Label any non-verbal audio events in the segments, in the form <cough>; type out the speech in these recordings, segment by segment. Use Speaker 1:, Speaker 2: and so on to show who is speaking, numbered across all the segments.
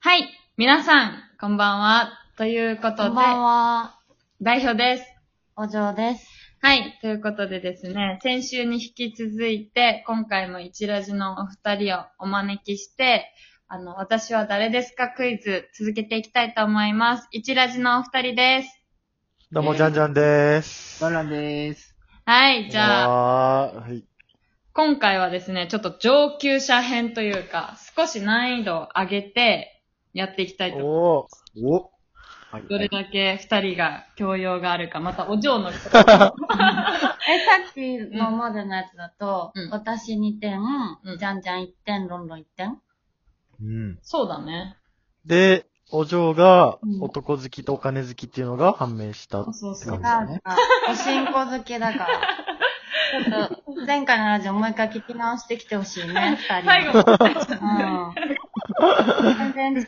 Speaker 1: はい。皆さん、こんばんは。ということ
Speaker 2: こ
Speaker 1: で
Speaker 2: ん、ばんは、
Speaker 1: 代表です。
Speaker 2: お嬢です。
Speaker 1: はい。ということでですね、先週に引き続いて、今回も一ラジのお二人をお招きして、あの、私は誰ですかクイズ続けていきたいと思います。一ラジのお二人です。
Speaker 3: どうも、じゃんじゃんでーす。
Speaker 4: ララです。
Speaker 1: はい。じゃあ、
Speaker 3: あ。はい。
Speaker 1: 今回はですね、ちょっと上級者編というか、少し難易度を上げてやっていきたいと思います。
Speaker 3: おーお
Speaker 4: はい。
Speaker 1: どれだけ二人が教養があるか、またお嬢の
Speaker 3: <laughs>
Speaker 1: こと。
Speaker 2: え、さっきのまでのやつだと、
Speaker 1: うん
Speaker 2: 私2点、
Speaker 1: ん
Speaker 2: じゃんじゃん1点、ロンロン1点。
Speaker 3: うん。
Speaker 1: そうだ
Speaker 3: <laughs>
Speaker 1: ね。
Speaker 3: で、お嬢が
Speaker 1: うん
Speaker 3: 男好きとお金好きっていうのが判明した。
Speaker 1: そう
Speaker 3: そう
Speaker 2: 違う
Speaker 3: だ
Speaker 2: か
Speaker 3: ね
Speaker 2: おしんこ好きだから。ちょっと、前回のラジオもう一回聞き直してきてほしいね、二人。
Speaker 1: 最後の。
Speaker 2: うん。全然違うの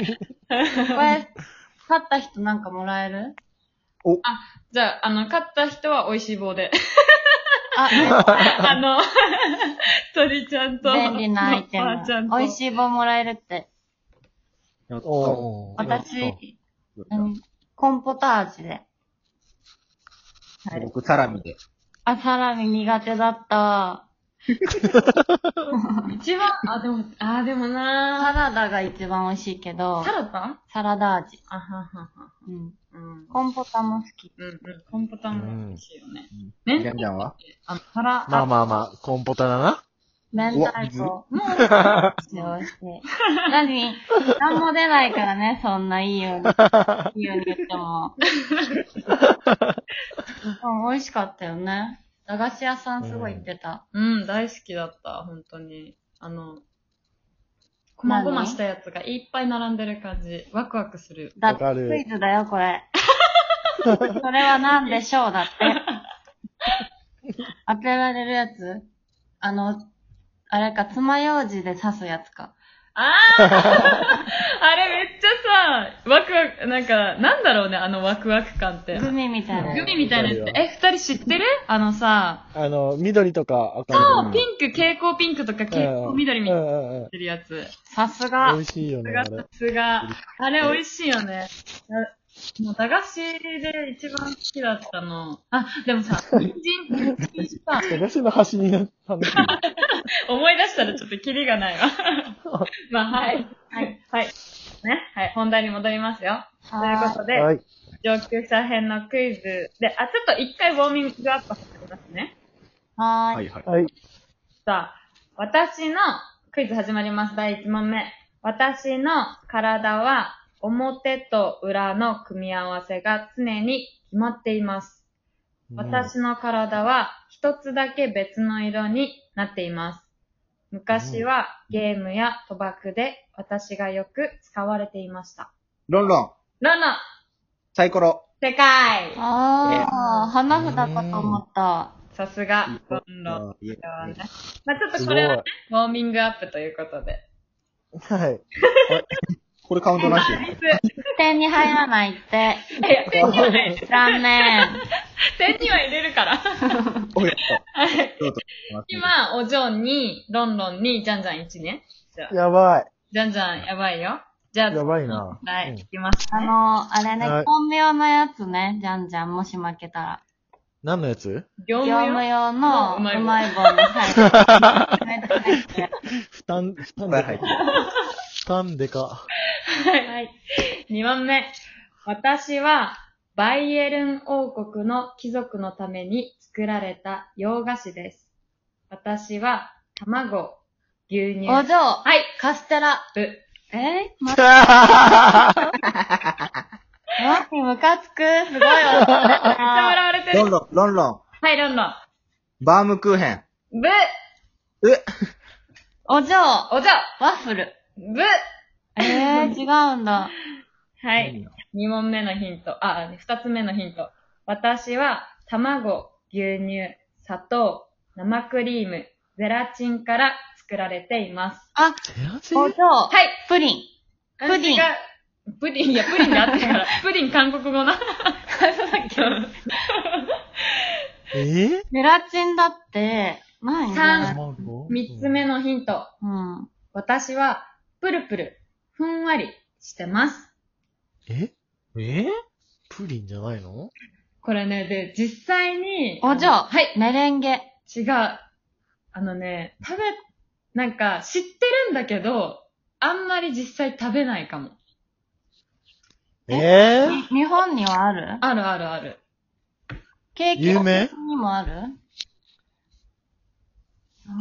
Speaker 2: に。これ、勝った人なんかもらえる
Speaker 1: じゃあ、あの、勝った人は美味しい棒 <laughs> で。
Speaker 2: あ、
Speaker 1: あの、鳥ちゃんと、
Speaker 2: 便利なアイテ
Speaker 1: おばあちゃん
Speaker 2: ム。
Speaker 1: と
Speaker 2: 美味しい棒もらえるって。
Speaker 4: やった。
Speaker 3: おー
Speaker 2: 私、うん、コンポタージュで。
Speaker 4: 僕、サラミで。
Speaker 2: あ、サラミ苦手だった。
Speaker 1: 一番、あ、でも、あ、でも
Speaker 2: サ
Speaker 1: な
Speaker 2: ラダが一番美味しいけど
Speaker 1: サ、ラダ
Speaker 2: サラダ味。
Speaker 1: あははは。
Speaker 2: うん。
Speaker 1: うん。
Speaker 2: コンポタも好き。
Speaker 1: うんうん。コンポタも美味しいよね。
Speaker 4: じ
Speaker 1: ね
Speaker 4: ゃんじゃんは
Speaker 1: あの、サラ、
Speaker 3: まあまあまあ、コンポタだな。
Speaker 2: 明太
Speaker 4: う
Speaker 2: 子
Speaker 4: わ
Speaker 2: も美味しい。何何も出ないからね、そんないいように。いいように言っても。うん、美味しかったよね。駄菓子屋さんすごい行ってた。
Speaker 1: うん、大好きだった、本当に。あの、こまごましたやつがいっぱい並んでる感じ。ワクワクする。
Speaker 2: だ
Speaker 3: わ
Speaker 2: って
Speaker 3: かる
Speaker 2: クイズだよ、これ。 <laughs> それは何でしょうだって。当てられるやつあの、あれか、爪楊枝で刺すやつか。
Speaker 1: あーあれめっちゃさ、ワクワク、なんか、なんだろうね、あのワクワク感って。
Speaker 2: グミみたいな
Speaker 1: グ
Speaker 2: やつ。
Speaker 1: ミみたいなやつ。え、二人知ってるあのさ、
Speaker 3: あの、緑とか赤
Speaker 1: そ
Speaker 3: と
Speaker 1: う、ピンク、蛍光ピンクとか蛍光緑みたいになっ
Speaker 3: な。うんうん
Speaker 1: てるやつ。
Speaker 2: さす
Speaker 3: 美
Speaker 2: が。
Speaker 3: 味しいよね、あ
Speaker 1: さすが、
Speaker 3: れ
Speaker 1: さ。すが。あれ美味しいよね。あもう駄菓子で一番好きだったの。あ、でもさ、人参、人参さ、
Speaker 3: 駄菓子の端になったんだけ
Speaker 1: 思い出したらちょっとキリが
Speaker 3: <laughs>
Speaker 1: ないわ。まあ、はい。はい。はい。ね。はい。本題に戻りますよ。ということで、
Speaker 3: ど。はい。
Speaker 1: 上級者編のクイズで、あ、ちょっと一回ウォーミングアップさせますね。
Speaker 2: は
Speaker 4: は
Speaker 2: ーい。
Speaker 4: いはい。
Speaker 3: はい。
Speaker 1: さあ、私のクイズ始まります。第1問目。私の体は表と裏の組み合わせが常に決まっています。私の体は一つだけ別の色になっています。昔はゲームや賭博で私がよく使われていました。
Speaker 4: ロンロン、
Speaker 1: ロノ、
Speaker 4: サイコロ。
Speaker 1: 世界
Speaker 2: ああ、花札かと思った。
Speaker 1: さすが、ロンロン。
Speaker 4: あいえ
Speaker 1: まあちょっとこれはね、ウォーミングアップということ
Speaker 4: <laughs>
Speaker 1: で。
Speaker 3: はい。
Speaker 4: これカウント
Speaker 1: <laughs>
Speaker 4: なし。
Speaker 2: 点に入らないって。
Speaker 1: え、点にはね、
Speaker 2: 残念。
Speaker 1: 点には入れるから。
Speaker 4: おやった。どうぞ。
Speaker 1: <laughs> 今、お嬢に、ロンロンに、じゃんじゃん1ね。じゃあ
Speaker 3: やばい。
Speaker 1: じゃんじゃん、やばいよ。じゃあ、
Speaker 3: やばいな
Speaker 1: は
Speaker 3: うん
Speaker 1: い、聞きます。
Speaker 2: あの、あれ
Speaker 3: は
Speaker 2: ね
Speaker 3: い、
Speaker 2: 業務用のやつね、じゃんじゃん、もし負けたら。
Speaker 3: 何のや <laughs> つ
Speaker 1: 業
Speaker 2: 業
Speaker 1: 務
Speaker 2: 務
Speaker 1: 用
Speaker 2: 用
Speaker 1: う
Speaker 2: のう
Speaker 1: ま
Speaker 2: ま
Speaker 1: い
Speaker 2: い
Speaker 1: 棒
Speaker 2: 棒のサイズ。
Speaker 3: 負担、負担で
Speaker 4: はいは
Speaker 3: か
Speaker 4: い。。
Speaker 3: 負担で
Speaker 1: <laughs>
Speaker 3: か。
Speaker 1: はい。2問目。私は、バイエルン王国の貴族のために作られた洋菓子です。私は、卵、牛乳。
Speaker 2: お
Speaker 1: はい、
Speaker 2: 嬢、カステラ。
Speaker 1: ぶ。
Speaker 2: えー、ま、マッムカつくすごい
Speaker 1: あ、
Speaker 2: <laughs> わ。
Speaker 1: 笑われて
Speaker 4: ロ
Speaker 1: る。
Speaker 4: ンロン、ロンロ
Speaker 1: はい、ロンロン。
Speaker 4: ン、バームクーヘン。
Speaker 1: ぶ、
Speaker 4: え
Speaker 2: お嬢、ワ
Speaker 1: お嬢、
Speaker 2: ッフル。
Speaker 1: ぶ。
Speaker 2: えー、違うんだ。
Speaker 1: はい。2問目のヒント。あ、2つ目のヒント。私は、卵、牛乳、砂糖、生クリーム、ゼラチンから作られています。
Speaker 2: あ、
Speaker 3: 手味
Speaker 2: お嬢、
Speaker 1: はい。
Speaker 2: プリン。プディン
Speaker 1: 違う。プディン、いや、プディンであってる <laughs> から。プディン韓国語な。
Speaker 3: え
Speaker 2: ゼラチンだって、ないね。
Speaker 1: 三
Speaker 3: 卵
Speaker 1: 3つ目のヒント。
Speaker 2: うん。
Speaker 1: 私は、ぷるぷる、ふんわりしてます。
Speaker 3: え
Speaker 4: え
Speaker 3: プリンじゃないの
Speaker 1: これね、で、実際に、
Speaker 2: お、じゃあ、
Speaker 1: はい、
Speaker 2: メレンゲ。
Speaker 1: 違う。あのね、食べ、なんか知ってるんだけど、あんまり実際食べないかも。
Speaker 3: えー、
Speaker 2: 日本にはある
Speaker 1: あるあるある。
Speaker 2: ケーキ
Speaker 3: 有名
Speaker 2: お店にもある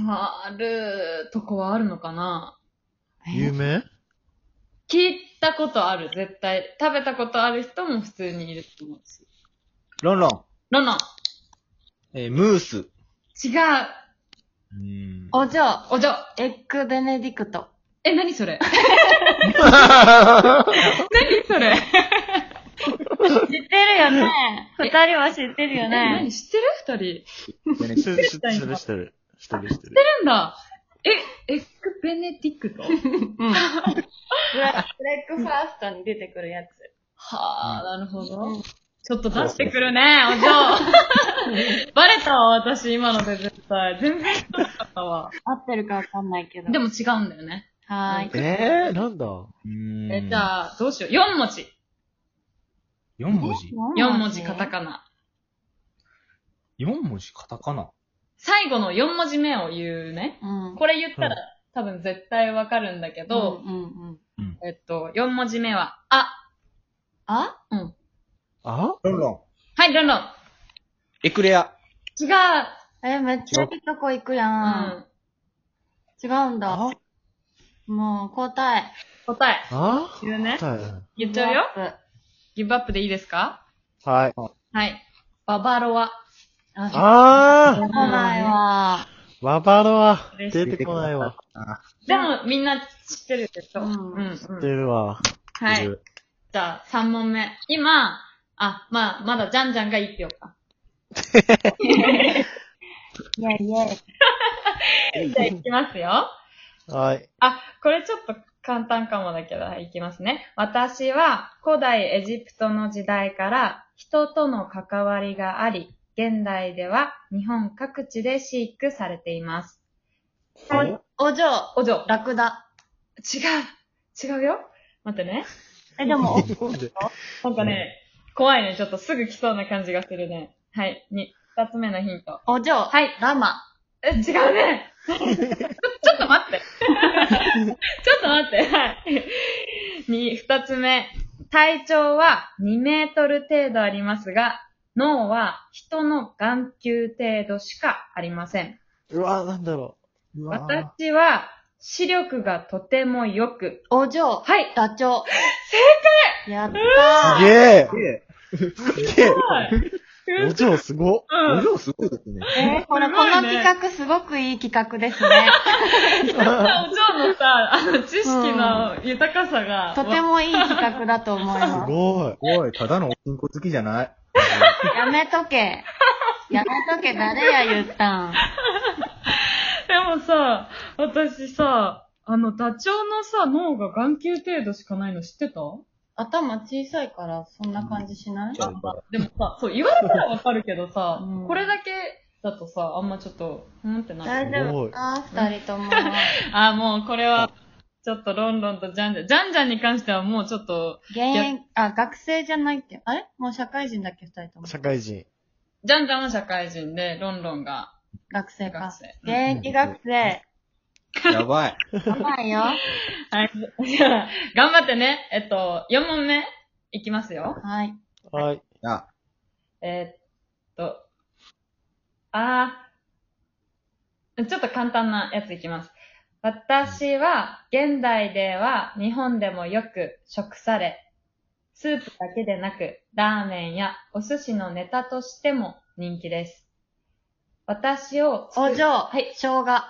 Speaker 1: あるとこはあるのかな
Speaker 3: 有名
Speaker 1: 聞いたことある、絶対。食べたことある人も普通にいると思うし。
Speaker 4: ロンロン。
Speaker 1: ロノ、
Speaker 4: えームース。
Speaker 1: 違う。
Speaker 3: <laughs>
Speaker 4: うん
Speaker 2: おじゃあ、
Speaker 1: お嬢。
Speaker 2: エッグベネディクト。
Speaker 1: え、何それ <laughs> 何それ
Speaker 2: 知ってるよね。 <laughs> 二人は知ってるよ
Speaker 1: え
Speaker 2: ね。
Speaker 1: 何知ってる二人。知
Speaker 4: ベネ
Speaker 3: 知
Speaker 4: チ
Speaker 3: って
Speaker 4: ッ
Speaker 3: る、知ってる、知ってる。知ってる、知ってる。
Speaker 1: るんだ。え、エッグベネディクト
Speaker 2: <laughs> うん。ブラックファーストに出てくるやつ。
Speaker 1: はあ、なるほ
Speaker 2: う
Speaker 1: ど
Speaker 2: ん。
Speaker 1: ちょっと出してくるね、お嬢。 <laughs> バレたわ、私、今ので絶対。全然知らなかったわ。
Speaker 2: 合ってるかわかんないけ
Speaker 1: <laughs>
Speaker 2: ど。
Speaker 1: でも違うんだよね。
Speaker 2: はーい。
Speaker 3: えー、なんだ
Speaker 4: うん
Speaker 1: え、じゃあ、どうしよう。4文字。
Speaker 4: 4文字
Speaker 1: 4文字カタカナ。
Speaker 4: ?4 文字カタカナ。
Speaker 1: 最後の4文字目を言うね。
Speaker 2: うん。
Speaker 1: これ言ったら、
Speaker 3: うん
Speaker 1: 多分絶対わかるんだけど、
Speaker 2: うんうんうん。
Speaker 1: えっと、4文字目は、あ。
Speaker 2: あ
Speaker 1: うん。
Speaker 3: あ
Speaker 4: ロンロン。
Speaker 1: はい、ロンロン。
Speaker 4: エクレア。
Speaker 1: 違う。
Speaker 2: え、めっちゃいいとこ行く
Speaker 1: う
Speaker 2: や。
Speaker 1: んん。
Speaker 2: 違うんだ。
Speaker 3: あ
Speaker 2: もう、交代。
Speaker 1: 答え。
Speaker 3: あ
Speaker 1: 言うね。
Speaker 3: は
Speaker 1: 言っちゃうよ。
Speaker 2: よ。
Speaker 1: ギブアップでいいですか
Speaker 3: い。はい。
Speaker 1: はい。ババロア。
Speaker 2: あ、
Speaker 3: あ
Speaker 2: 来ないわ。
Speaker 3: ーババロア、出てこないわ。
Speaker 1: でも、みんな知ってるでしょ。
Speaker 2: うん
Speaker 1: うん、
Speaker 3: 出るわ。
Speaker 1: はい。じゃあ、3問目。今、あ、まあ、まだジャンジャンが1票か。
Speaker 2: いやいや。
Speaker 1: じゃあ、いきますよ。
Speaker 3: はい。
Speaker 1: あ、これちょっと簡単かもだけど、はい、いきますね。私は古代エジプトの時代から人との関わりがあり、現代では日本各地で飼育されています。はい。
Speaker 2: お嬢、
Speaker 1: お嬢。
Speaker 2: ラクダ。
Speaker 1: 違う。違うよ。待ってね。
Speaker 2: え、でも、
Speaker 3: なんで
Speaker 1: なんかね、怖いね。ちょっとすぐ来そうな感じがするね。はい。に、二つ目のヒント。
Speaker 2: お嬢、
Speaker 1: はい。
Speaker 2: ラマ。
Speaker 1: え、違うね。ちょっと待って。ちょっと待って。はい。に、二つ目。体長は2メートル程度ありますが、脳は人の眼球程度しかありません。
Speaker 3: うわ、なんだろ
Speaker 4: うわぁ
Speaker 1: 私は視力がとても良く。
Speaker 2: お嬢、
Speaker 1: はい。
Speaker 2: ダチョウ。正解やった
Speaker 3: う。す
Speaker 2: ー。
Speaker 3: げ
Speaker 4: え
Speaker 3: えすげえお
Speaker 1: う
Speaker 3: 嬢すごっ
Speaker 4: え、
Speaker 1: ん。
Speaker 4: 色すごいですね。
Speaker 2: えーこれ、
Speaker 1: す
Speaker 2: こ
Speaker 1: ごいね
Speaker 2: の企画すごくいい企画ですね。
Speaker 1: お嬢のさ、あの、知識の豊かさが、
Speaker 2: とてもいい企画だと思い
Speaker 3: す
Speaker 2: ます。
Speaker 3: ごい。
Speaker 4: おい、ただのお金庫好きじゃない。
Speaker 2: やめとけ。やめとけ、誰や言ったん。
Speaker 1: でもさ、私さ、あの、ダチョウのさ、脳が眼球程度しかないの知ってた
Speaker 2: 頭小さいから、そんな感じしない
Speaker 1: でもさ、そう、言われたらわかるけどさ、
Speaker 2: うん
Speaker 1: これだけだとさ、あんまちょっと、うんってなる。
Speaker 2: 大
Speaker 3: い
Speaker 2: 丈夫。あー、二
Speaker 1: <laughs>
Speaker 2: 人とも。
Speaker 1: あー、もうこれは、ちょっとロンロンとジャンジャン。ジャンジャンに関してはもうちょっと、
Speaker 2: 現役、あ、学生じゃないって。あれもう社会人だっけ、二人とも。
Speaker 3: 社会人。
Speaker 1: ジャンジャンは社会人で、ロンロンが
Speaker 2: 学生
Speaker 1: 学
Speaker 2: か。
Speaker 1: 生。 <laughs>
Speaker 2: 現役学生。
Speaker 4: やばい。
Speaker 2: 甘いよ。
Speaker 1: <laughs> はい。じゃあ、頑張ってね。えっと、4問目、いきますよ。
Speaker 2: はい。
Speaker 3: はい。
Speaker 4: あ、
Speaker 1: えーっと、あー、ちょっと簡単なやついきます。私は、現代では日本でもよく食され、スープだけでなく、ラーメンやお寿司のネタとしても人気です。私を作
Speaker 2: お
Speaker 1: る、
Speaker 2: 嬢、
Speaker 1: はい
Speaker 2: 生姜。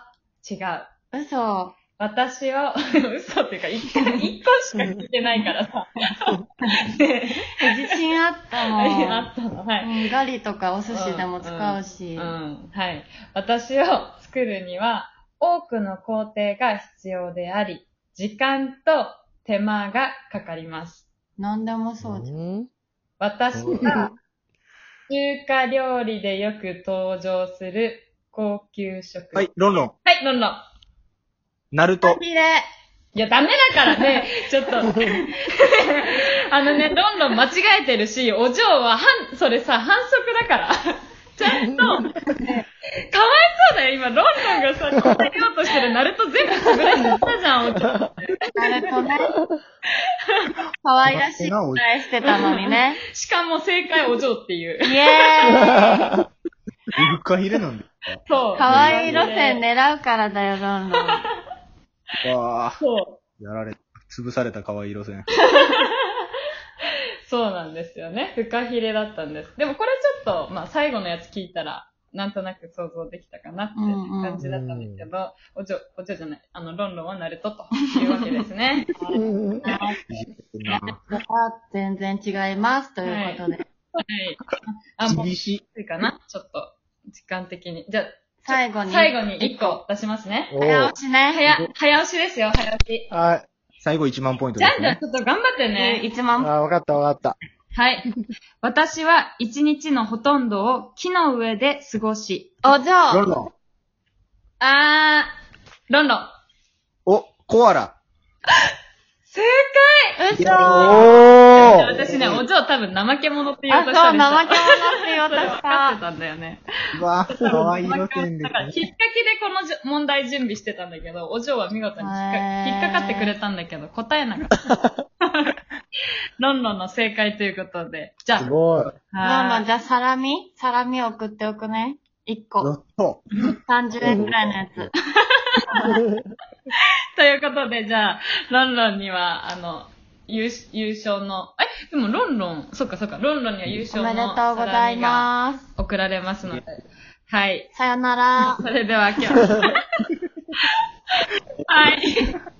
Speaker 1: 違う。
Speaker 2: 嘘。
Speaker 1: 私を、 <laughs> 嘘っていうか、一個、一個しか聞いてないからさ。ね
Speaker 2: 自信あったもん。
Speaker 1: あったの、 <laughs> はい。
Speaker 2: うん、ガリとかお寿司でも使うし。
Speaker 1: うんはい。私を作るには、多くの工程が必要であり、時間と手間がかかります。
Speaker 2: 何でもそうじ
Speaker 3: ん
Speaker 1: 私
Speaker 3: うん
Speaker 1: が中華料理でよく登場する高級食。
Speaker 4: はい、ロンロン。
Speaker 1: はい、ロンロン。
Speaker 4: ナル
Speaker 1: <laughs>
Speaker 2: ゃん。
Speaker 4: ト
Speaker 2: マ。ジで
Speaker 1: いや、ダメだから <laughs> ね、ちょっと。あのね、どんどん間違えてるし、お嬢は、はん、それさ、反則だ <laughs> から。ちゃんと、かわいそうだよ、今、ロンロンがさ、答えようとしてるナルト全部潰れちゃったじゃん、 <laughs> お嬢。
Speaker 2: なるほどね。可愛らしい期待してたのにね。
Speaker 1: しかも正解お嬢っていう。
Speaker 2: イ
Speaker 3: <laughs>
Speaker 2: エーイ
Speaker 4: フカヒレなんです
Speaker 1: そう。
Speaker 2: 可愛い路線。狙うからだよ、ロンロン。
Speaker 4: かわあ、
Speaker 1: そう。
Speaker 4: やられ、潰された可愛い路線。
Speaker 1: そうなんですよね。フカヒレだったんです。でもこれちょっと、まあ最後のやつ聞いたら、なんとなく想像できたかなって感じだったんですけど、お嬢、お嬢じゃない、あの、ロンロンはナルトというわけですね。はい
Speaker 3: うん
Speaker 2: 全然違います、ということで。
Speaker 1: はい。あ、もう、
Speaker 4: 厳
Speaker 1: き
Speaker 4: しい。
Speaker 1: ついかなちょっと、時間的に。じゃあ、
Speaker 2: 最後に。
Speaker 1: 最後に1個出しますね。
Speaker 3: お
Speaker 2: 早
Speaker 3: ー
Speaker 2: 押しね。
Speaker 1: 早、早押しですよ、早押し。
Speaker 3: はい。
Speaker 4: 最後1万ポイント
Speaker 1: じ
Speaker 4: で
Speaker 1: ゃ
Speaker 4: す
Speaker 1: んじゃん、
Speaker 4: ね。
Speaker 1: ちょっと頑張ってね。
Speaker 2: 1
Speaker 3: あ、
Speaker 2: 万
Speaker 3: わかったわかった。
Speaker 1: はい。私は一日のほとんどを木の上で過ごし。
Speaker 2: お嬢
Speaker 4: ロンロン。
Speaker 1: あー、ロンロン。
Speaker 4: お、コアラ。
Speaker 1: 正
Speaker 2: 嘘
Speaker 3: おー
Speaker 1: 私ね、お嬢多分怠け者って言お
Speaker 2: あ、
Speaker 1: うと
Speaker 2: そう、
Speaker 1: したでしょ。
Speaker 2: 怠け者って言おう
Speaker 1: <laughs> そ
Speaker 2: と
Speaker 1: れ分
Speaker 2: し
Speaker 1: かって
Speaker 2: た。
Speaker 1: たんだよね。
Speaker 4: うわぁ、可愛い路線で
Speaker 1: だ
Speaker 4: す
Speaker 1: から、引っ掛
Speaker 4: ね。
Speaker 1: けでこのじゅ問題準備してたんだけど、お嬢は見事に引っか
Speaker 2: へー
Speaker 1: 引っかかってくれたんだけど、答えなかった。
Speaker 2: <laughs>
Speaker 1: ロンロンの正解ということで。じゃ
Speaker 3: すごい。
Speaker 1: あ、
Speaker 2: まあまあ、
Speaker 1: は
Speaker 2: じゃあ、サラミサラミ送っておくね。1
Speaker 4: ロ
Speaker 2: 個。
Speaker 4: ット。
Speaker 2: 30円くらいのやつ。
Speaker 1: いということで、じゃあ、ロンロンには、あの、優優勝の、え、でもロンロン、そっかそっか、ロンロンには優
Speaker 2: お
Speaker 1: 勝の
Speaker 2: めでとうござい
Speaker 1: す。
Speaker 2: ます。
Speaker 1: 送られますので。はい。
Speaker 2: さよなら。 <laughs>
Speaker 1: それでは今日。はい。